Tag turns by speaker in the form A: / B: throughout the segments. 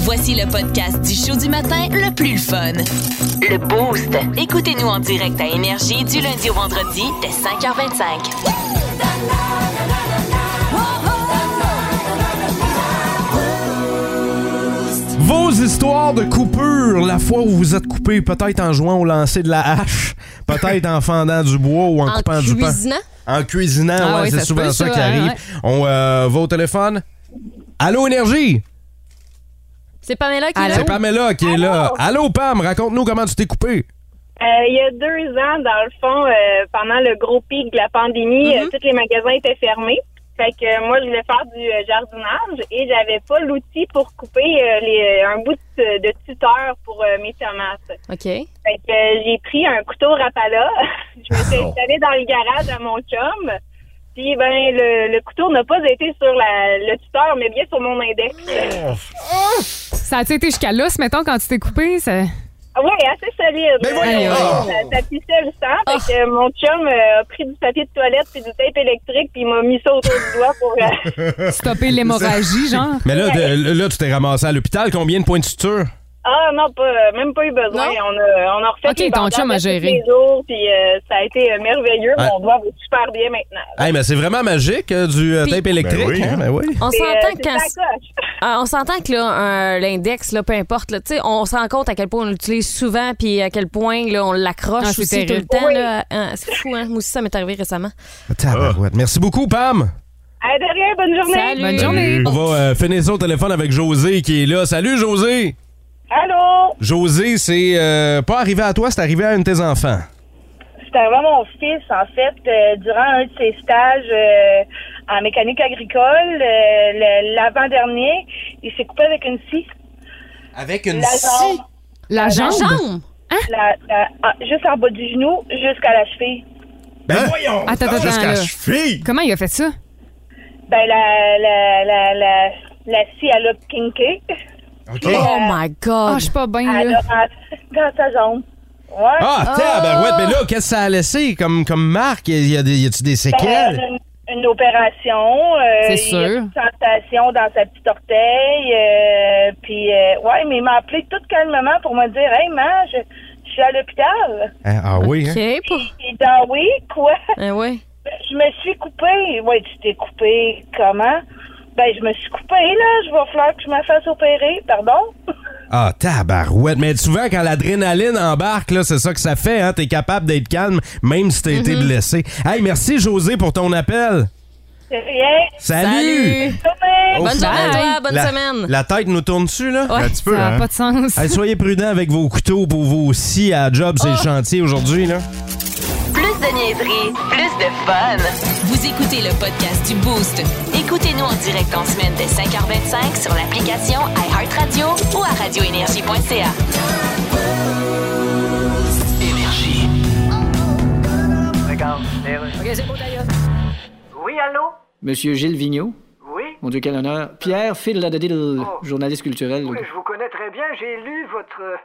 A: Voici le podcast du show du matin le plus le fun. Le Boost. Écoutez-nous en direct à Énergie du lundi au vendredi dès 5h25.
B: Vos histoires de coupure, la fois où vous êtes coupé, peut-être en jouant au lancer de la hache, peut-être en fendant du bois ou en,
C: En
B: coupant du pain.
C: cuisinant?
B: En cuisinant,
C: Ah
B: ouais,
C: oui,
B: c'est
C: ça se
B: souvent
C: peut,
B: ça,
C: ça,
B: qui
C: ouais,
B: arrive.
C: ouais.
B: On euh, va au téléphone. Allô, Énergie?
C: C'est Pamela qui est
B: C'est
C: là?
B: Pamela qui est là. Allô, Pam, raconte-nous comment tu t'es coupé.
D: Euh, il y a deux ans, dans le fond, euh, pendant le gros pic de la pandémie, euh, tous les magasins étaient fermés. Fait que euh, moi, je voulais faire du euh, jardinage et j'avais pas l'outil pour couper euh, les, un bout de, de tuteur pour euh, mes tomates.
C: OK.
D: Fait que euh, j'ai pris un couteau Rapala. je me suis installée dans le garage à mon chum. Puis ben le, le couteau n'a pas été sur la, le tuteur, mais bien sur mon index.
E: Ça a-tu été jusqu'à l'os, mettons, quand tu t'es coupé? Ça...
D: Oui, Ah assez solide.
B: Ben voyons
D: Euh,
B: donc.
D: Ça, ça pissait le sang. Fait que mon chum euh, a pris du papier de toilette puis du tape électrique puis il m'a mis ça autour du doigt pour... euh,
E: Stopper l'hémorragie, genre?
B: Mais là, de- là tu t'es ramassé à l'hôpital. Combien de points de suture?
D: Ah non, pas, même pas eu besoin.
C: Non?
D: On a, on a refait
E: Ok,
D: les
E: ton
D: bandages
E: chum a
D: à tous
E: géré.
D: les jours puis euh, ça a été euh, merveilleux.
B: Ouais.
D: Mon doigt va super bien maintenant.
B: Hey, mais c'est vraiment magique, euh, du euh,
C: Puis-
B: tape électrique.
F: Ben oui,
B: hein,
F: hein.
B: ben oui.
C: On
D: C'est, euh,
C: s'entend
D: c'est
C: quand...
D: ça coche.
C: Ah, on s'entend que là, un- l'index, là, peu importe, là, tu sais, on se rend compte à quel point on l'utilise souvent, puis à quel point là, on l'accroche
E: Ah, c'est
C: aussi
E: terrible.
C: tout le temps.
D: Oui.
C: là. Ah, c'est fou, hein? Moi aussi, ça m'est arrivé récemment.
B: Ah, Tabarouette. Merci beaucoup, Pam.
D: Hey, de rien, bonne journée.
C: Salut.
E: Bonne journée!
B: On va euh, finir ça au téléphone avec José qui est là. Salut, José!
D: Allô?
B: José, c'est euh, pas arrivé à toi, c'est arrivé à un de tes enfants.
D: C'est arrivé à mon fils, en fait, euh, durant un de ses stages euh, en mécanique agricole, euh, le- l'avant-dernier, il s'est coupé avec une scie.
B: Avec une
D: La jambe,
E: La jambe?
C: Jambe!
D: la- la- ah, juste en bas du genou, jusqu'à la cheville.
B: Hein?
F: Ben voyons!
E: Attends, attends,
F: Jusqu'à
E: là.
F: la cheville!
E: Comment il a fait ça?
D: Ben, la, la, la, la, la scie, elle a kinké.
F: OK.
C: Oh my
E: Ah,
C: God!
E: je suis pas bien,
D: Elle
E: là.
D: a rentré dans sa jambe. Ouais.
B: Ben, Ah, tabarouette, mais là, qu'est-ce que ça a laissé comme, comme marque? Y a, des- y a-tu des
D: Ben,
B: séquelles?
D: Une, une opération, euh,
E: C'est
D: il y a
E: sûr.
D: une sensation dans sa petite orteil, euh, puis euh, ouais, mais il m'a appelé tout calmement pour me dire, hey man, je, je suis à l'hôpital.
B: Hein, ah oui, hein?
C: OK, pas.
D: Il dit ah oui, quoi
C: Eh oui.
D: Je me suis coupée. Ouais, tu t'es coupée comment Ben je me suis coupée là, je vais falloir que je me fasse opérer, pardon.
B: Ah, tabarouette. Mais souvent, quand l'adrénaline embarque, là, c'est ça que ça fait, hein? T'es capable d'être calme, même si t'as été
D: Mm-hmm.
B: blessé. Hey, merci, José, pour ton appel.
D: C'est rien.
B: Salut!
D: Bonne
B: Oh,
C: Bonne journée à
B: bye.
C: toi, bonne
B: La-
C: semaine.
B: La tête nous tourne dessus, là?
E: Ouais,
F: un petit peu,
E: ça n'a
F: hein.
E: pas de sens.
B: Hey, soyez prudents avec vos couteaux pour vous aussi à job,
C: Oh.
B: c'est le chantier aujourd'hui, là.
A: Plus de niaiserie, plus de fun. Vous écoutez le podcast du Boost. Écoutez-nous en direct en semaine dès 5h25 sur l'application iHeartRadio ou à radioénergie.ca.
G: Oui, allô?
H: Monsieur Gilles Vigneault.
G: Oui?
H: Mon Dieu, quel honneur. Pierre Phil Ladadil,
G: Oh.
H: journaliste culturel.
G: Oui, je vous connais très bien. J'ai lu votre, euh,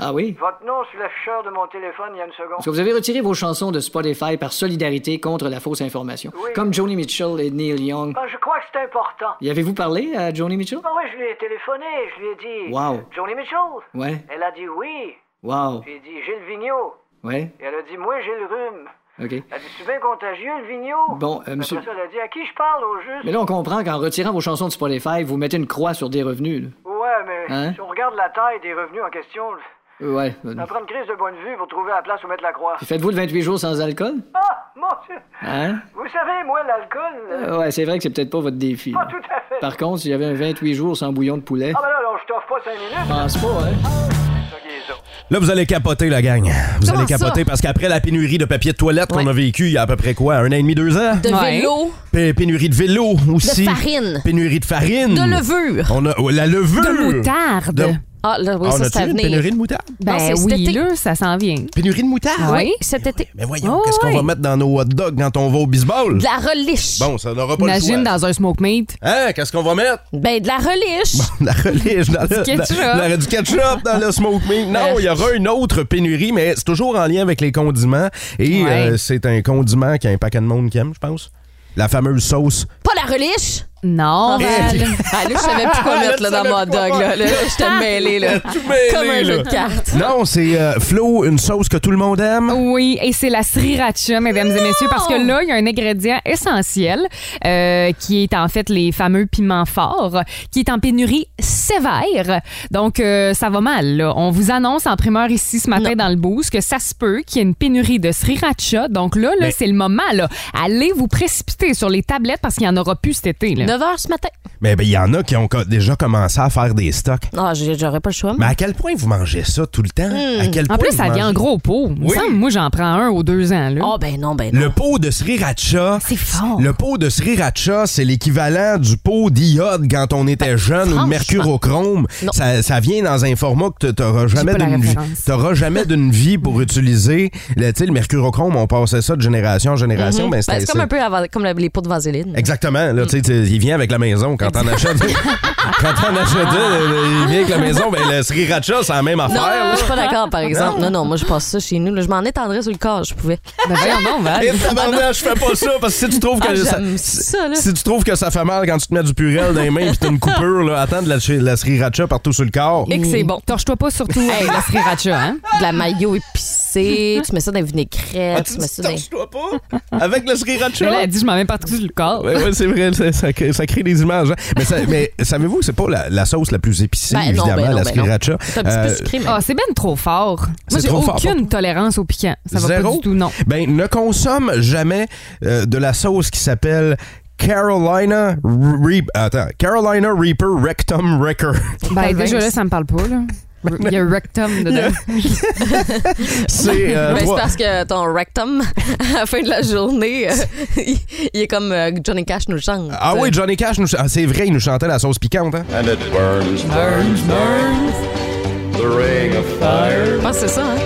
H: Ah oui?
G: votre nom sur l'afficheur de mon téléphone il y a une
H: Parce que
G: seconde.
H: vous avez retiré vos chansons de Spotify par solidarité contre la fausse information.
G: Oui.
H: Comme Joni Mitchell et Neil Young.
G: Ah, je crois que c'est important.
H: Y avez-vous parlé à Joni Mitchell?
G: Ah oui, je lui ai téléphoné. Je lui ai dit...
H: Wow.
G: Johnny Mitchell?
H: Ouais.
G: Elle a dit oui.
H: Wow.
G: J'ai dit Gilles Vigneault.
H: Ouais.
G: Et elle a dit, moi, j'ai le rhume.
H: OK.
G: Elle a dit, c'est bien contagieux, le Vigneault.
H: Bon, euh, monsieur-
G: Après ça, elle a dit, à qui je parle au juste?
H: Mais là, on comprend qu'en retirant vos chansons de Spotify, vous mettez une croix sur des revenus.
G: Ouais, mais
H: Hein?
G: si on regarde la taille des revenus en question,
H: là. Euh, Ouais.
G: ça prend une crise de bonne vue pour trouver la place où mettre la croix.
H: Faites-vous le 28 jours sans alcool?
G: Ah, mon Dieu!
H: Hein?
G: Vous savez, moi, l'alcool... euh,
H: Euh, ouais, c'est vrai que c'est peut-être pas votre défi.
G: Pas
H: là.
G: tout à fait.
H: Par contre, s'il y avait un 28 jours sans bouillon de poulet,
G: Ah ben là, là, je t'offre pas 5 minutes.
H: je pense pas, hein?
G: Ça qui est ça.
B: Là, vous allez capoter, la gang. Vous allez capoter parce qu'après la pénurie de papier de toilette qu'on a vécu il y a à peu près quoi, un an et demi, deux ans?
C: De
E: Ouais.
C: vélo,
B: P- pénurie de vélo aussi.
C: de farine,
B: Pénurie de farine.
C: de levure.
B: On a oh, la levure.
E: De moutarde.
B: De-
C: Ah, là, oui,
B: Ah, on
C: ça,
B: a-tu
C: c'est à
B: une
C: venir.
B: pénurie de moutarde?
E: Ben
C: Non, c'est cet
E: oui,
C: été.
E: là, ça s'en vient.
B: Pénurie de moutarde?
E: Oui?
C: Cet été.
B: Mais voyons,
E: Oh,
B: qu'est-ce qu'on
E: ouais.
B: va mettre dans nos hot dogs quand on va au baseball?
C: De la reliche.
B: Bon, ça n'aura pas
E: Imagine
B: le choix.
E: dans un smoke meat.
B: Hein, qu'est-ce qu'on va mettre?
C: Ben, de la reliche.
B: La relish dans le,
E: ketchup.
B: dans- dans- du ketchup dans le smoke meat. Non,
C: Ouais.
B: il y aura une autre pénurie, mais c'est toujours en lien avec les condiments. Et
E: Ouais.
B: euh, c'est un condiment qu'il y a un paquet de monde qui aime, je pense. La fameuse sauce.
C: Pas la reliche.
I: Non.
C: Moral. Ah, là, je savais plus quoi Ah. mettre là, dans mon dog. Là. Là, j'étais mêlée. Là. Comme un jeu de cartes.
B: Non, c'est euh, Flo, une sauce que tout le monde aime.
E: Oui, et c'est la sriracha, mesdames et messieurs, parce que là, il y a un ingrédient essentiel euh, qui est en fait les fameux piments forts, qui est en pénurie sévère. Donc, euh, ça va mal. Là. On vous annonce en primeur ici ce matin dans le boost que ça se peut qu'il y ait une pénurie de sriracha. Donc là, là
B: Mais-
E: c'est le moment. Là. Allez vous précipiter sur les tablettes parce qu'il n'y en aura plus cet été. Là.
C: 9 h ce matin.
B: Mais ben, il y en a qui ont co- déjà commencé à faire des stocks.
C: Ah, j'ai- j'aurais pas le choix. Hmm.
B: Mais à quel point vous mangez ça tout le temps? À quel
E: Hmm. En
B: point
E: plus,
B: vous
E: ça vient en
B: mangez-
E: gros pot. Il me
B: Oui.
E: semble, moi, j'en prends un aux deux ans. Là.
C: Oh, ben non, ben non.
B: Le pot de sriracha.
C: C'est fort.
B: Le pot de sriracha, c'est l'équivalent du pot d'iode quand on était jeune ou de
C: Ben, franchement.
B: mercurochrome.
C: Non.
B: Ça, ça vient dans un format que tu n'auras jamais
E: pas la
B: d'une vie.
E: référence.
B: t'auras jamais d'une vie pour utiliser. Le, tu sais, le mercurochrome, on passait ça de génération en génération. ben,
C: Ben,
B: c'était
C: c'est
B: ça.
C: comme un peu avant- comme la- les pots de vaseline.
B: Exactement. Là, tu sais, tu- il vient avec la maison. Quand t'en achètes, quand t'en achètes une, euh, il vient avec la maison. Ben, le sriracha, c'est la même
C: Non,
B: affaire.
C: moi,
B: là.
C: je suis pas d'accord, par exemple. Non, non, moi, je passe ça chez nous. là. Je m'en étendrais sur le corps, je pouvais.
E: Ben, voyons donc, Val.
B: Eh, tabarnak, je fais pas ça parce que si tu trouves que
C: Ah,
B: ça,
C: j'aime
B: si-
C: ça, là.
B: si tu trouves que ça fait mal quand tu te mets du purel dans les mains puis t'as une coupure là, attends de la, de la sriracha partout sur le corps.
C: Et que c'est bon.
E: Torche-toi pas surtout avec la sriracha, hein?
C: De la mayo épicée, tu mets ça dans les
B: Ah,
C: vinaigrettes, tu mets ça dans.
B: Torche-toi pas Mmh. avec le
E: Mais là,
B: sriracha.
E: elle dit, je m'en mets partout sur le corps.
B: Ouais, ouais, c'est vrai, ça, ça crée- ça crée des images. hein. Mais, ça- mais savez-vous que c'est pas la, la sauce la plus épicée,
C: Ben non,
B: évidemment,
C: ben non,
B: la
C: ben non.
B: sriracha.
C: C'est un petit
B: Euh,
C: peu sucré, mais.
E: Ah, c'est ben trop fort.
B: C'est
E: Moi, j'ai
B: trop fort,
E: aucune tolérance au piquant. Ça va
B: Zéro?
E: pas du tout, non.
B: Ben, ne consomme jamais euh, de la sauce qui s'appelle Carolina Reaper. Attends, Carolina Reaper Rectum Wrecker.
E: Ben,
C: Ben,
E: déjà,
C: Vince.
E: là, ça me parle pas, là. Il y a un rectum dedans.
B: C'est euh,
C: Ben, c'est
B: trois-
C: parce que ton rectum, à la fin de la journée, euh, il, il est comme euh, Johnny Cash nous le chante.
B: Ah oui, Johnny Cash, nous... ah, c'est vrai, il nous chantait la sauce piquante. Hein?
C: Je pense que c'est ça, hein?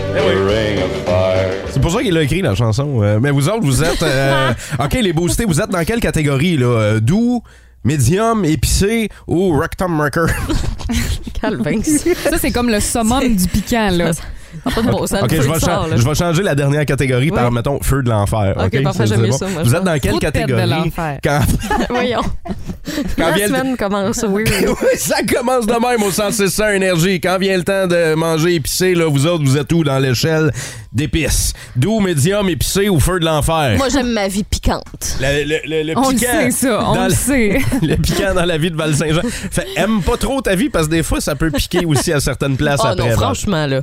B: C'est pour ça qu'il l'a écrit, la chanson. Euh, mais vous autres, vous êtes... euh, OK, les boostés, vous êtes dans quelle catégorie? là Euh, Doux, médium, épicé ou rectum wrecker?
C: Calvin. ça
E: Ça, c'est comme le summum du piquant, là.
C: n'a pas de bon sens.
B: OK,
C: le
B: je
C: feu
B: vais,
C: qui sort,
B: chan-
C: là.
B: je vais changer la dernière catégorie par, mettons, feu de l'enfer.
C: OK, parfait,
B: C'est-
C: j'aime
B: c'est
C: mieux
B: bon.
C: ça, moi, je
B: Vous êtes dans quelle
E: Trop de têtes de
B: catégorie?
E: l'enfer.
B: Quand...
C: Voyons.
B: Quand vient
C: la
B: le-
C: semaine commence weird.
B: Oui, ça commence de même au 106.1 Énergie. Quand vient le temps de manger épicé, là, vous autres, vous êtes où dans l'échelle d'épices? Doux, médium, épicé ou feu de l'enfer?
C: Moi, j'aime ma vie piquante.
B: Le, le- le- le
E: On le
B: piquant
E: sait, ça.
B: dans
E: On le
B: le-
E: sait.
B: le piquant dans la vie de Val-Saint-Jean. Fait, aime pas trop ta vie parce que des fois, ça peut piquer aussi à certaines places
E: Ah,
C: Oh
B: après.
C: non, franchement, là.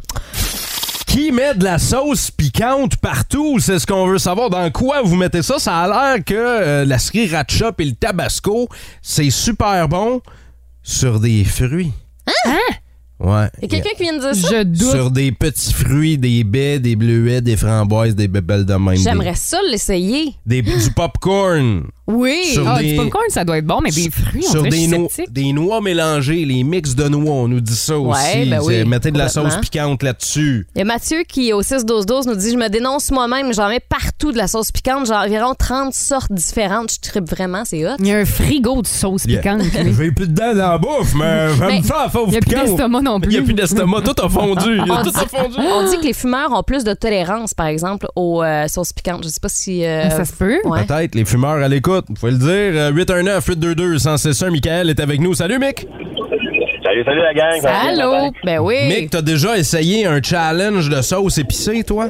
B: Qui met de la sauce piquante partout? C'est ce qu'on veut savoir. Dans quoi vous mettez ça? Ça a l'air que euh, la sriracha et le tabasco, c'est super bon sur des fruits.
E: Ah!
B: Hein? Ouais.
C: Il y a quelqu'un qui vient de dire ça?
E: Je doute.
B: Sur des petits fruits, des baies, des bleuets, des framboises, des bébelles de même.
C: J'aimerais ça l'essayer.
B: Des, des- du popcorn.
C: Oui.
B: Sur
E: Ah,
B: des-
E: du popcorn, ça doit être bon, mais des fruits, on
B: sur
E: dirait que je
B: des,
E: suis
B: noix,
E: sceptique.
B: des noix mélangées, les mix de noix, on nous dit ça aussi.
C: ben oui,
B: C'est- Mettez de la sauce
C: complètement.
B: piquante là-dessus.
C: Il y a Mathieu qui, au 6-12-12, nous dit Je me dénonce moi-même, j'en mets partout de la sauce piquante. J'ai environ 30 sortes différentes. Je tripe vraiment, c'est hot.
E: Il y a un frigo de sauce
B: Yeah.
E: piquante.
B: Je vais plus de dents dans la bouffe, mais je vais
C: Mais
B: me faire la sauce
E: Il n'y a plus
B: piquante.
E: d'estomac non
B: Il
E: plus.
B: n'y a plus d'estomac, tout a fondu. Il y a
C: On
B: tout a
C: dit-
B: fondu.
C: On dit que les fumeurs ont plus de tolérance, par exemple, aux euh, sauces piquantes. Je sais pas si. euh,
E: Ça se peut.
C: ouais.
B: Peut-être, les fumeurs à l'écoute, vous pouvez le dire. Euh, 819-822, sans cesseur, Michael est avec nous. Salut, Mick.
F: Salut, salut la gang.
C: Allô? Ben oui.
B: Mick, t'as déjà essayé un challenge de sauce épicée, toi?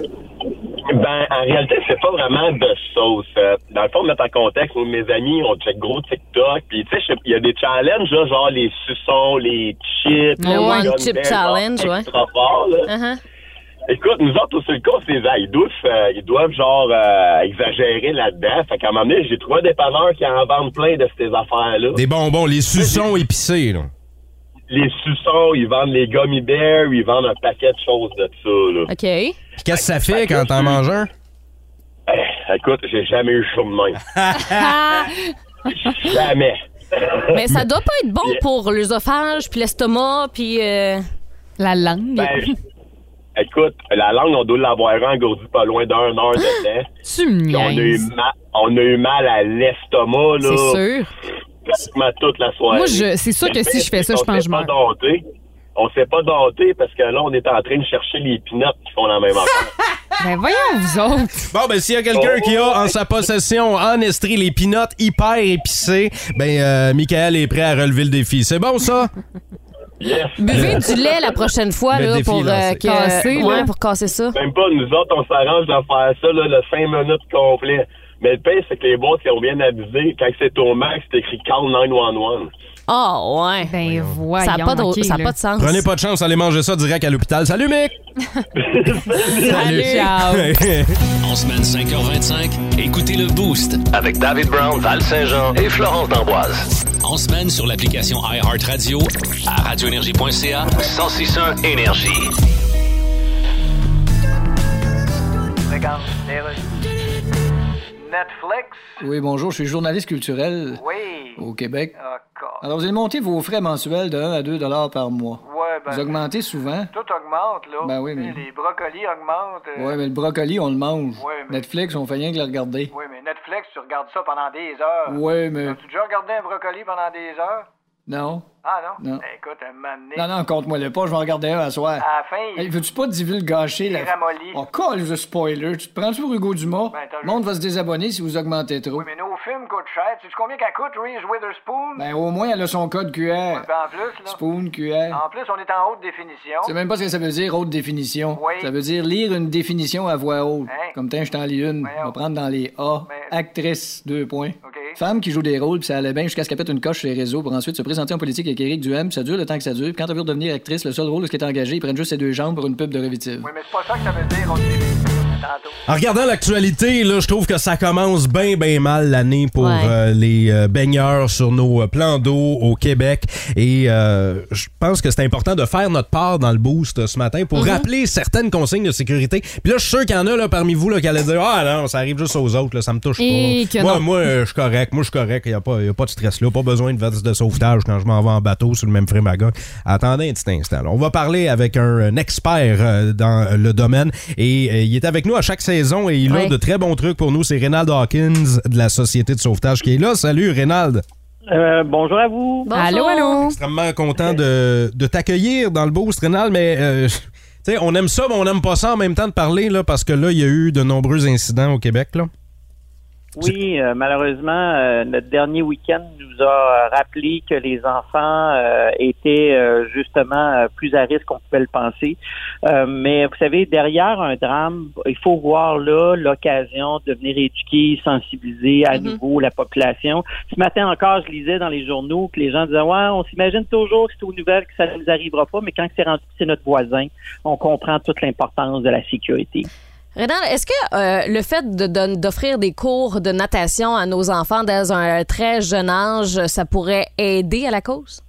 F: Ben, en réalité, c'est pas vraiment de sauce. Euh, Dans le fond, mettre en contexte, nous, mes amis, on check gros TikTok. Puis, tu sais, je sais- il y a des challenges, là, genre les suçons, les chips.
C: Le
F: les
C: One
F: Beyond
C: Chip
F: Bell,
C: Challenge,
F: genre,
C: ouais.
F: extra fort, là.
C: Uh-huh.
F: Écoute, nous autres, au Sulco, c'est les ailes douces, euh, ils doivent, genre, euh, exagérer là-dedans. Fait qu'à un moment donné, j'ai trouvé des panneurs qui en vendent plein de ces affaires-là.
B: Des bonbons, les suçons épicés, là.
F: Les suçons, ils vendent les gummy bears, ils vendent un paquet de choses de ça, là.
C: OK. Hey,
B: Puis Qu'est-ce que ça fait quand t'en manges un?
F: Eh, Écoute, j'ai jamais eu chaud de même. jamais.
C: Ah! Mais ça doit pas être bon pour l'œsophage, puis l'estomac, puis. euh,
E: La langue.
F: Ben, je- écoute, la langue, on doit l'avoir engourdie pas loin d'un heure de temps.
E: Tu me
F: Puis on, a eu
E: niaises.
F: ma- on a eu mal à l'estomac, là.
C: C'est sûr.
F: Pratiquement toute la soirée.
E: Moi, je- c'est sûr que si je fais ça, je pense que je
F: On s'est
E: meurs.
F: pas dompté. On s'est pas dompté parce que là, on est en train de chercher les pinottes qui font la même affaire.
E: Ben voyons, vous autres.
B: Bon, ben, s'il y a quelqu'un qui a en sa possession, en estrie, les pinottes hyper épicées, ben, euh, Michael est prêt à relever le défi. C'est bon, ça?
F: Yes.
C: Buvez du lait la prochaine fois
B: Le
C: là,
B: défi
C: pour, euh,
B: lancé.
C: que-
E: Casser, là.
C: ouais, pour casser ça.
F: Même pas, nous autres, on s'arrange de faire ça, là, le 5 minutes complet. Mais le pire, c'est que les boîtes, qui ont bien avisé, quand c'est au max, c'est écrit call 911.
C: Ah ouais.
E: Ben voyons.
C: ça n'a pas, de-
E: ok,
C: ça a
E: là.
C: pas de sens.
B: Prenez pas de chance, allez manger ça direct à l'hôpital. Salut, Mick!
E: Salut. Ciao.
I: En semaine 5h25, écoutez le Boost.
J: Avec David Brown, Val Saint-Jean et Florence d'Amboise.
I: En semaine sur l'application iHeartRadio à radioénergie.ca.
J: 1061 Énergie.
G: Regarde, les rues. Netflix?
H: Oui, bonjour, je suis journaliste culturel
G: Oui.
H: au Québec.
G: Ah, God.
H: Alors, vous allez monter vos frais mensuels de 1 à 2 dollars par mois.
G: Ouais, ben.
H: Vous augmentez souvent.
G: Tout augmente, là.
H: Ben oui,
G: Tu sais,
H: mais-
G: Les brocolis augmentent. euh,
H: Ouais, mais le brocoli, on le mange.
G: Ouais, mais-
H: Netflix, on fait rien que le regarder.
G: Oui, mais Netflix, tu regardes ça pendant des heures.
H: Ouais, mais...
G: As-tu déjà regardé un brocoli pendant des heures?
H: Non.
G: Ah non?
H: Non.
G: Ben, écoute, un moment donné,
H: Non, non, compte-moi-le pas, je vais en regarder un à soir.
G: à la fin, il-
H: Hey, veux-tu pas divulgacher
G: Il
H: la...
G: ramollit.
H: Oh, call the spoiler. Tu te prends-tu pour Hugo Dumas?
G: Ben, attends,
H: le monde va se désabonner si vous augmentez trop.
G: Oui, mais nos films coûtent cher. Tu sais combien qu'elle coûte, Reese Witherspoon?
H: Ben, au moins, elle a son code QR.
G: Ben, en plus, là.
H: Spoon, QR.
G: En plus, on est en haute définition.
H: C'est même pas ce que ça veut dire, haute définition.
G: Oui.
H: Ça veut dire lire une définition à voix haute.
G: Hein?
H: Comme tiens, je t'en lis une.
G: Voyons.
H: On va prendre dans les A.
G: Mais-
H: Actrice, deux points.
G: OK.
H: Femme qui joue des rôles, puis ça allait bien jusqu'à ce qu'elle pète une coche sur les réseaux pour ensuite se présenter en politique avec Éric Duhem. puis Ça dure le temps que ça dure. Puis quand elle veut devenir actrice, le seul rôle où elle est engagée, ils prennent juste ses deux jambes pour une pub de Revitive.
G: Oui, mais c'est pas ça que ça veut dire, haute définition. Tantôt.
B: En regardant l'actualité, là, je trouve que ça commence bien, bien mal l'année pour
C: Ouais.
B: euh, les euh, baigneurs sur nos euh, plans d'eau au Québec. Et euh, je pense que c'est important de faire notre part dans le boost euh, ce matin
E: Mm-hmm.
B: pour rappeler certaines consignes de sécurité. Puis là, je suis sûr qu'il y en a là, parmi vous là, qui allaient dire Ah non, ça arrive juste aux autres, là, ça me touche
E: Et
B: pas.
E: que
B: Moi,
E: non.
B: moi euh, je suis correct, moi, je suis correct, il n'y a, pas- y a pas de stress là, pas besoin de veste de sauvetage quand je m'en vais en bateau sur le même frémagot. Attendez un petit instant. là. On va parler avec un, euh, expert euh, dans le domaine et euh, il est avec nous à chaque saison et il a
C: Ouais.
B: de très bons trucs pour nous. C'est Reynald Hawkins de la Société de sauvetage qui est là. Salut Reynald.
F: Euh, bonjour à vous.
C: Bonjour.
E: Allô, allô.
B: Extrêmement content de, de t'accueillir dans le boost, Rénal, mais euh, tu sais, on aime ça, mais on n'aime pas ça en même temps de parler là, parce que là, il y a eu de nombreux incidents au Québec. Là.
K: Oui, euh, malheureusement, euh, notre dernier week-end nous a rappelé que les enfants euh, étaient euh, justement euh, plus à risque qu'on pouvait le penser. Euh, mais vous savez, derrière un drame, il faut voir là l'occasion de venir éduquer, sensibiliser à nouveau la population. Ce matin encore, je lisais dans les journaux que les gens disaient ouais, on s'imagine toujours que c'est aux nouvelles que ça ne nous arrivera pas, mais quand c'est rendu que c'est notre voisin, on comprend toute l'importance de la sécurité.
C: Rénal, est-ce que euh, le fait de- de- d'offrir des cours de natation à nos enfants dès un très jeune âge, ça pourrait aider à la cause?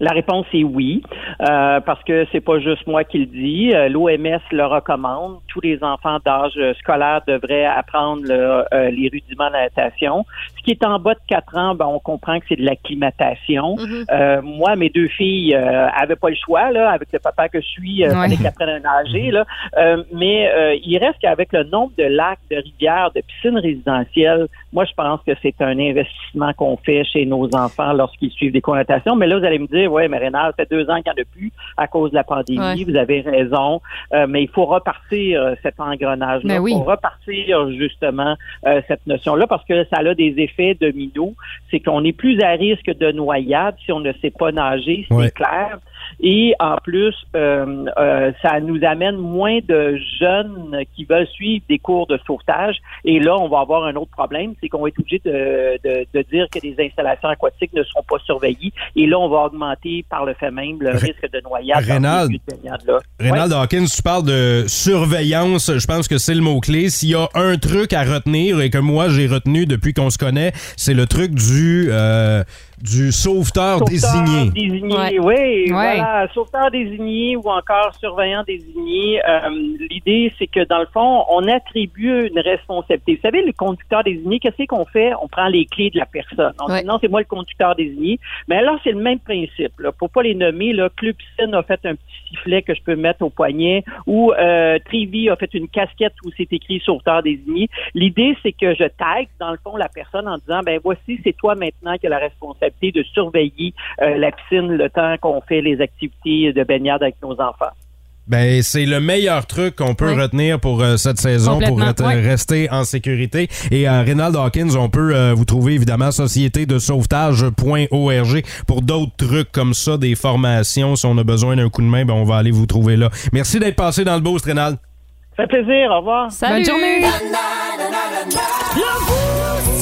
K: La réponse est oui, euh, parce que c'est pas juste moi qui le dis. Euh, L'OMS le recommande. Tous les enfants d'âge euh, scolaire devraient apprendre le, euh, les rudiments de la natation. Ce qui est en bas de 4 ans, ben, on comprend que c'est de l'acclimatation.
C: Mhm.
K: Euh, moi, mes deux filles n'avaient pas le choix, là, avec le papa que je suis, euh,
E: Ouais.
K: fallait qu'elles apprennent à nager. Là. Euh, mais euh, il reste qu'avec le nombre de lacs, de rivières, de piscines résidentielles, moi, je pense que c'est un investissement qu'on fait chez nos enfants lorsqu'ils suivent des connotations. Mais là, vous allez me dire, ouais, mais Rénal, ça fait deux ans qu'il n'y en a plus à cause de la pandémie.
C: Ouais.
K: Vous avez raison. Euh, mais il faut repartir euh, cet engrenage-là.
E: Ben oui.
K: Il faut repartir, justement, euh, cette notion-là parce que ça a des effets dominos. C'est qu'on est plus à risque de noyade si on ne sait pas nager, c'est
B: Ouais.
K: clair. Et en plus, euh, euh, ça nous amène moins de jeunes qui veulent suivre des cours de sauvetage. Et là, on va avoir un autre problème, c'est qu'on va être obligé de, de- de dire que les installations aquatiques ne seront pas surveillées. Et là, on va augmenter par le fait même le
B: Ré-
K: risque de noyade. dans
B: Rénald.
K: ces lieux de baignade-là.
B: Reynald Hawkins, tu parles de surveillance, je pense que c'est le mot-clé. S'il y a un truc à retenir et que moi j'ai retenu depuis qu'on se connaît, c'est le truc du, euh, du sauveteur, désigné.
K: désigné,
C: Ouais.
K: oui,
E: Ouais.
K: voilà, sauveteur désigné ou encore surveillant désigné. Euh, L'idée, c'est que dans le fond, on attribue une responsabilité. Vous savez, le conducteur désigné, qu'est-ce qu'on fait? On prend les clés de la personne. On dit,
C: Ouais.
K: non, c'est moi le conducteur désigné. Mais alors, c'est le même principe. Là. Pour pas les nommer, là, Club Piscine a fait un petit sifflet que je peux mettre au poignet ou euh, Trivi a fait une casquette où c'est écrit sauveteur désigné. L'idée, c'est que je tag, dans le fond, la personne en disant, ben voici, c'est toi maintenant qui as la responsabilité de surveiller euh, la piscine le temps qu'on fait les activités de baignade avec nos enfants.
B: Ben, c'est le meilleur truc qu'on peut
E: Oui.
B: retenir pour euh, cette saison pour
E: Complètement,
B: être-
E: oui.
B: rester en sécurité. Et à Reynald Hawkins, on peut euh, vous trouver évidemment société de sauvetage.org pour d'autres trucs comme ça, des formations. Si on a besoin d'un coup de main, ben, on va aller vous trouver là. Merci d'être passé dans le beau, Rénald.
K: Ça fait plaisir, au revoir.
E: Salut.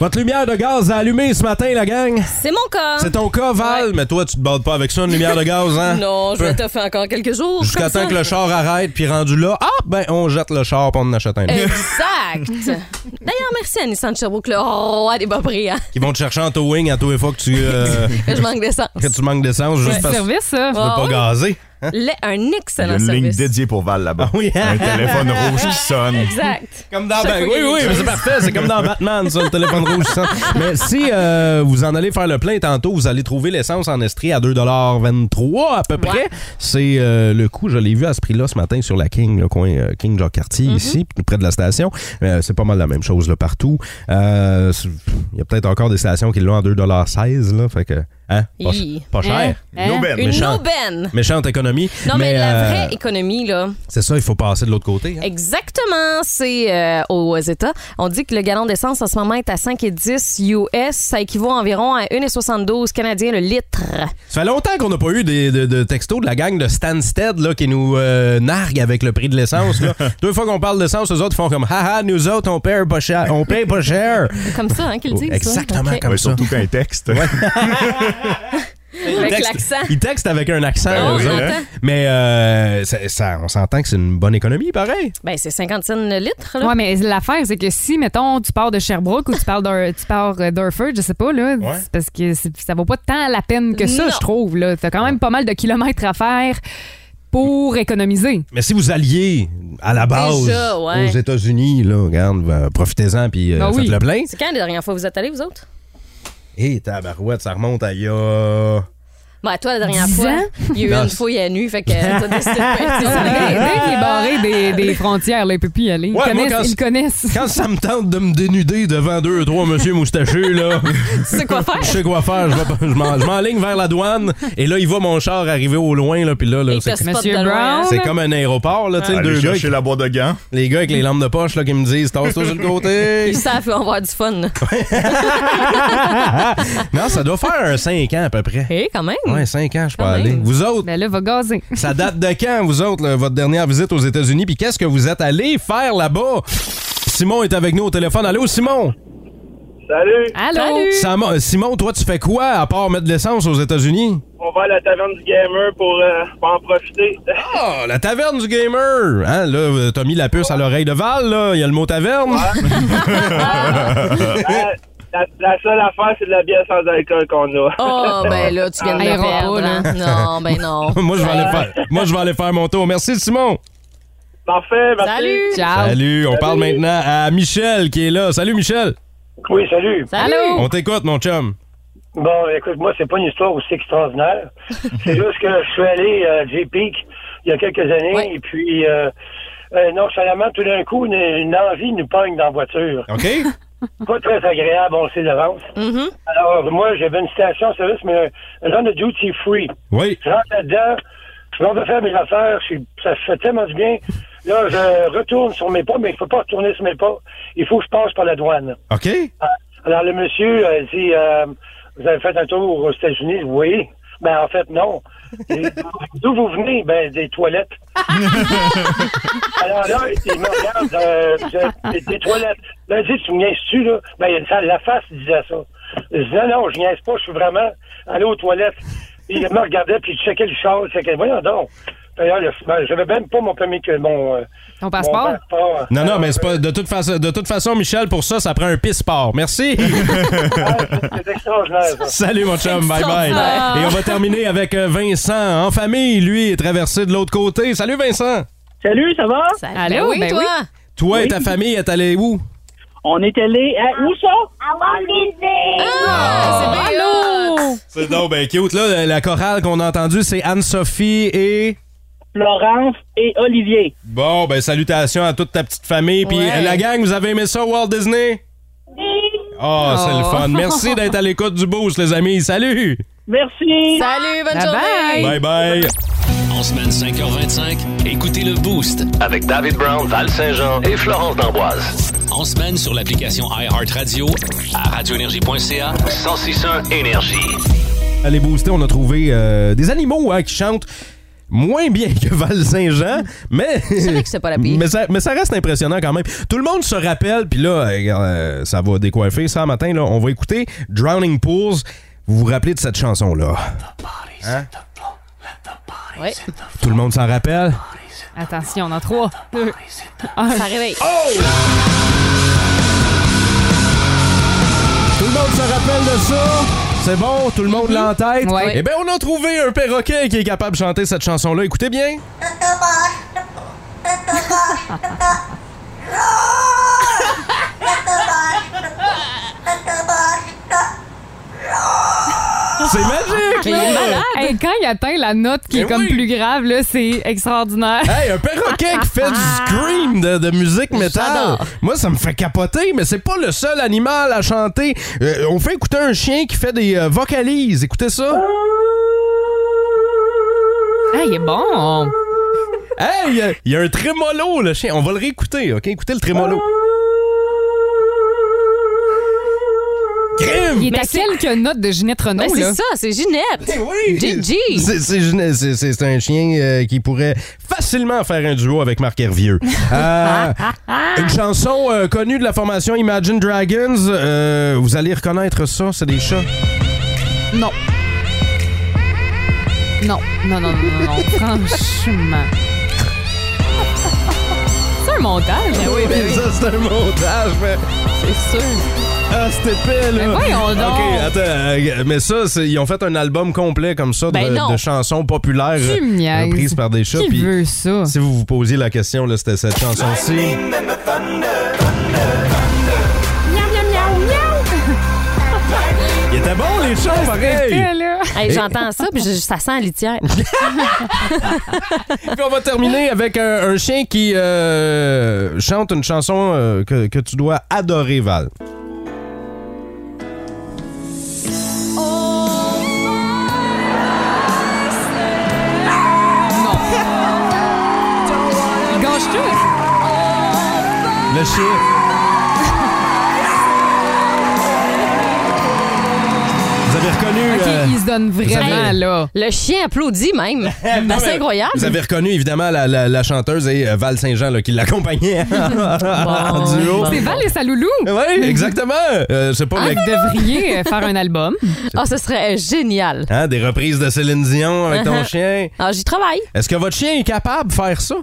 B: Votre lumière de gaz a allumé ce matin, la gang.
C: C'est mon cas.
B: C'est ton cas, Val, mais toi, tu te bades pas avec ça, une lumière de gaz, hein?
C: Non, je vais te faire encore quelques jours.
B: Jusqu'à
C: comme
B: temps
C: ça.
B: que le char arrête, puis rendu là, ah, ben, on jette le char, puis on en achète un.
C: Euh.
B: autre.
C: Exact. D'ailleurs, merci à Nissan de Sherbrooke, le roi des bas prix, hein.
B: Ils vont te chercher en towing à tous les fois que tu, euh,
C: Je manque d'essence.
B: que tu manques d'essence juste parce que tu veux
E: Service, ça.
C: Ah
B: pas hein?
C: oui.
B: gazer.
C: Le- un
L: Il y a
C: excellent
L: une ligne
C: service.
L: dédiée pour Val là-bas.
B: Oui, hein?
L: Un téléphone rouge qui sonne.
C: Exact.
B: Comme dans
C: Chaque
B: Ba-
C: fois
B: Oui,
C: qu'il y a une
B: oui, mais
C: crise.
B: c'est parfait. C'est comme dans Batman, ça, le téléphone rouge. ça. Mais si euh, vous en allez faire le plein tantôt, vous allez trouver l'essence en Estrie à 2,23 à peu près. C'est euh, le coût, je l'ai vu à ce prix-là ce matin sur la King, le coin euh, King Jacques Cartier,
C: Mm-hmm.
B: ici, près de la station. Euh, c'est pas mal la même chose là, partout. Euh, c'est- Il y a peut-être encore des stations qui l'ont à 2,16 là, fait que, hein, pas,
C: Hi.
B: pas
C: Hein?
B: cher.
L: Une aubaine.
C: Une
B: Méchant.
C: aubaine.
B: Méchante économie.
C: Non, mais, la
B: euh,
C: vraie économie, là,
B: C'est ça, il faut passer de l'autre côté. hein.
C: exactement, c'est euh, aux États. On dit que le gallon d'essence en ce moment est à 5,10 US. Ça équivaut environ à 1,72 Canadien le litre.
B: Ça fait longtemps qu'on n'a pas eu des, de, de textos de la gang de Stansted là, qui nous euh, nargue avec le prix de l'essence. là. Deux fois qu'on parle d'essence, eux autres font comme Haha, nous autres, on paye pas cher. On paye pas cher.
C: Comme ça, hein, qu'ils le disent. ça.
B: Oh, Exactement
C: Ok.
B: comme
L: Ouais,
B: ça.
L: surtout qu'un texte.
C: Avec
B: Texte-
C: l'accent.
B: Ils textent avec un accent.
L: Ben
C: Ah, on
B: eux autres.
L: hein.
C: s'entend.
B: Mais euh, ça- ça- on s'entend que c'est une bonne économie, pareil.
C: Ben, c'est 50 cents le litre, là.
E: Ouais, mais l'affaire, c'est que si, mettons, tu pars de Sherbrooke ou tu pars d'Ur- tu pars d'Urford, je sais pas, là,
B: Ouais.
E: c'est parce que c'est- ça vaut pas tant la peine que ça,
C: Non.
E: je trouve. Là. T'as quand même pas mal de kilomètres à faire pour économiser.
B: Mais si vous alliez à la base
C: Déjà, ouais.
B: aux États-Unis, là, regarde, ben, profitez-en puis euh,
E: Ben oui.
B: faites le plein.
C: C'est quand la dernière fois que vous êtes allés, vous autres?
B: Et tabarouette, ça remonte à il y a-
C: Ben, toi, la dernière
E: Dix
C: fois,
E: ans?
C: il y a eu
B: Non,
C: une
B: c'est-
C: fouille à nu, fait que t'as décidé de
E: Dès
C: partir.
E: dès qu'il est barré des, des frontières, là, il peut plus y aller. Ils
B: Ouais, moi,
E: connaissent.
B: quand-
E: ils connaissent.
B: Quand ça me tente de me dénuder devant deux ou trois monsieur moustachus, là,
C: Tu sais quoi faire?
B: je sais quoi faire. Je vais pas- Je m'en- je m'enligne vers la douane et là, il voit mon char arriver au loin. Là, puis là, là,
C: Et
B: c'est
C: que spot
E: Monsieur
C: de loin, hein?
B: c'est comme un aéroport, là, tu sais,
L: Aller
B: deux gars,
L: chercher la boîte de gants.
B: les gars avec les lampes de poche là, qui me disent Tasse-toi sur le côté.
C: Ils savent qu'on va avoir du fun. là.
B: non, ça doit faire un 5 ans à peu près.
C: Eh, quand même.
B: Ouais, 5 ans, je peux
C: Quand
B: aller.
C: même.
B: Vous autres,
E: Ben là, va gazer.
B: ça date de quand, vous autres, là, votre dernière visite aux États-Unis? Puis qu'est-ce que vous êtes allé faire là-bas? Simon est avec nous au téléphone. Allô, Simon?
K: Salut,
E: Allô?
B: Samo- euh, Simon, toi, tu fais quoi à part mettre de l'essence aux États-Unis?
K: on va à la taverne du gamer pour, euh, en profiter.
B: Ah, la taverne du gamer! Hein, là, euh, t'as mis la puce à l'oreille de Val, là. Il y a le mot taverne.
K: Euh, la, seule affaire, c'est de la bière sans alcool qu'on a.
C: Oh, ben là, tu viens de
E: Ah,
C: me
E: il
C: perdre.
E: ira pas,
C: hein. Non, ben non.
B: moi, je vais aller faire, moi, je vais aller faire mon tour. Merci, Simon.
K: Parfait,
C: Salut!
E: Ciao.
B: Salut. On parle maintenant à Michel qui est là. Salut, Michel.
K: Oui, salut.
E: Allô?
B: On t'écoute, mon chum.
K: Bon, écoute, moi, c'est pas une histoire aussi extraordinaire. c'est juste que je suis allé à J-Peak il y a quelques années,
C: Ouais.
K: et puis, euh, euh, nonchalamment, tout d'un coup, une, une envie nous pogne dans la voiture.
B: OK?
K: Pas très agréable, on le sait d'avance.
C: Mm-hmm.
K: Alors, moi, j'avais une station-service, mais un, un genre de duty-free.
B: Oui.
K: Je rentre là-dedans, je m'en vais faire mes affaires, je suis- ça se fait tellement du bien.
M: Là, je retourne sur mes pas, mais il ne faut pas retourner sur mes pas. Il faut que je passe par la douane. Euh,
B: OK.
M: Alors, le monsieur euh, dit, euh, vous avez fait un tour aux États-Unis? Oui. Ben, en fait, non. Et D'où vous venez? Ben, des toilettes. Alors là, il me regarde, euh, je- des, des toilettes. Là, il dit, tu me niaises-tu, là? Ben, il- ça, la face disait ça. Je dis, non, non, je niaise pas, je suis vraiment allé aux toilettes. Il me regardait, puis il checkait le char, il checkait, voyons donc. D'ailleurs, le- ben, j'avais même pas mon permis que mon... euh,
E: Ton
M: mon passeport.
B: Non, non, mais c'est pas. De toute, façon, de toute façon, Michel, pour ça, ça prend un pisport. Merci.
M: C'est extraordinaire, ça.
B: Salut, mon chum. Bye bye.
M: Extraordinaire.
B: Et on va terminer avec euh, Vincent en famille. Lui est traversé de l'autre côté. Salut, Vincent.
N: Salut, ça va?
E: Allô, Ben oui, ben toi? oui.
B: Toi et
N: Oui.
B: ta famille est allée où?
N: On est allé à où ça? À
E: Ah, Allô?
B: C'est donc ben cute. Là, la chorale qu'on a entendue, c'est Anne-Sophie et...
N: Florence et Olivier.
B: Bon, ben salutations à toute ta petite famille. Puis
N: Ouais.
B: euh, la gang, vous avez aimé ça, Walt Disney? Ah, c'est le
N: Oh.
B: fun. Merci d'être à l'écoute du boost, les amis. Salut!
N: Merci.
C: Salut, bonne journée.
B: Bye bye!
I: En semaine 5h25, écoutez le Boost.
J: Avec David Brown, Val Saint-Jean et Florence D'Amboise.
I: En semaine sur l'application iHeartRadio à radioénergie.ca.
J: 1061 Énergie.
B: Allez booster, on a trouvé euh, des animaux hein, qui chantent moins bien que Val Saint-Jean, mais c'est
C: vrai que c'est pas la pire.
B: Mais ça, mais ça reste impressionnant quand même. Tout le monde se rappelle, puis là, euh, ça va décoiffer ça matin. Là, on va écouter Drowning Pools. Vous vous rappelez de cette chanson là Hein?
C: Oui.
B: Tout le monde s'en rappelle.
E: Attention, on a trois,
B: Ah,
E: deux, un.
C: Ça réveille.
B: Oh! Tout le monde se rappelle de ça. C'est bon, tout le monde l'a en tête.
E: Ouais.
B: Eh bien, on a trouvé un perroquet qui est capable de chanter cette chanson-là. Écoutez bien. C'est magique!
E: Mais
B: Ben
E: il est malade. Hey, quand il atteint la note qui est comme plus grave, là, c'est extraordinaire.
B: Hey, un perroquet qui fait du
E: Ah.
B: scream de, de musique métal. Moi, ça me fait capoter, mais c'est pas le seul animal à chanter. Euh, on fait écouter un chien qui fait des euh, vocalises. Écoutez ça.
E: Hey, Ah, il est bon.
B: Hey, il y a- il y, a un trémolo, le chien. On va le réécouter, OK? Écoutez le trémolo. Crime!
E: Il est à quelques notes de Ginette Renault,
C: Ben, c'est
E: là.
C: ça, c'est Ginette.
B: Eh
C: Gigi.
B: C'est- c'est gênant. C'est c'est- c'est un chien euh, qui pourrait facilement faire un duo avec Marc Hervieux. Euh, une chanson euh, connue de la formation Imagine Dragons. euh, vous allez reconnaître ça, c'est des chats.
E: Non. Non, non, non, non, non, non. franchement. C'est un montage.
B: Ça, c'est un montage, mais...
E: C'est sûr.
B: Ah, c'était épais, là.
E: Mais Ben voyons donc.
B: OK, attends. euh, mais ça, c'est- ils ont fait un album complet comme ça de,
E: Ben non.
B: de chansons populaires
E: Tu me
B: euh,
E: niaises.
B: prises par des chats.
E: Qui
B: puis
E: veut ça?
B: Si vous vous posiez la question, là, c'était cette chanson-ci.
E: Miaou, miaou, miaou, miaou.
B: Il était bon, les chats, pareil!
E: Hey, là.
C: Hey, J'entends ça, puis je- ça sent la litière.
B: Puis on va terminer avec un, un chien qui euh, chante une chanson euh, que, que tu dois adorer, Val.
E: Gâche tout.
B: Le chien. Vous avez reconnu.
E: OK,
B: euh,
E: il se donne vraiment,
B: avez-
E: là. Ah,
C: Le chien applaudit même. Ben, c'est incroyable.
B: Vous avez reconnu évidemment la, la- la chanteuse et euh, Val Saint-Jean là, qui l'accompagnait en duo.
E: C'est Val et sa loulou.
B: Oui, exactement. Euh, c'est pas
E: Ah,
B: le-
E: vous devriez euh, faire un album.
C: Ah, ce serait euh, génial.
B: hein, des reprises de Céline Dion avec ton
C: Uh-huh.
B: chien.
C: Ah, j'y travaille.
B: Est-ce que votre chien est capable de faire ça?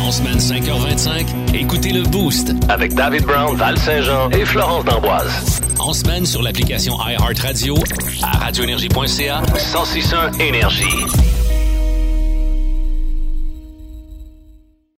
I: En semaine 5h25, écoutez le Boost.
J: Avec David Brown, Val Saint-Jean et Florence D'Amboise.
I: En semaine sur l'application iHeartRadio à radioénergie.ca.
J: 1061 Énergie.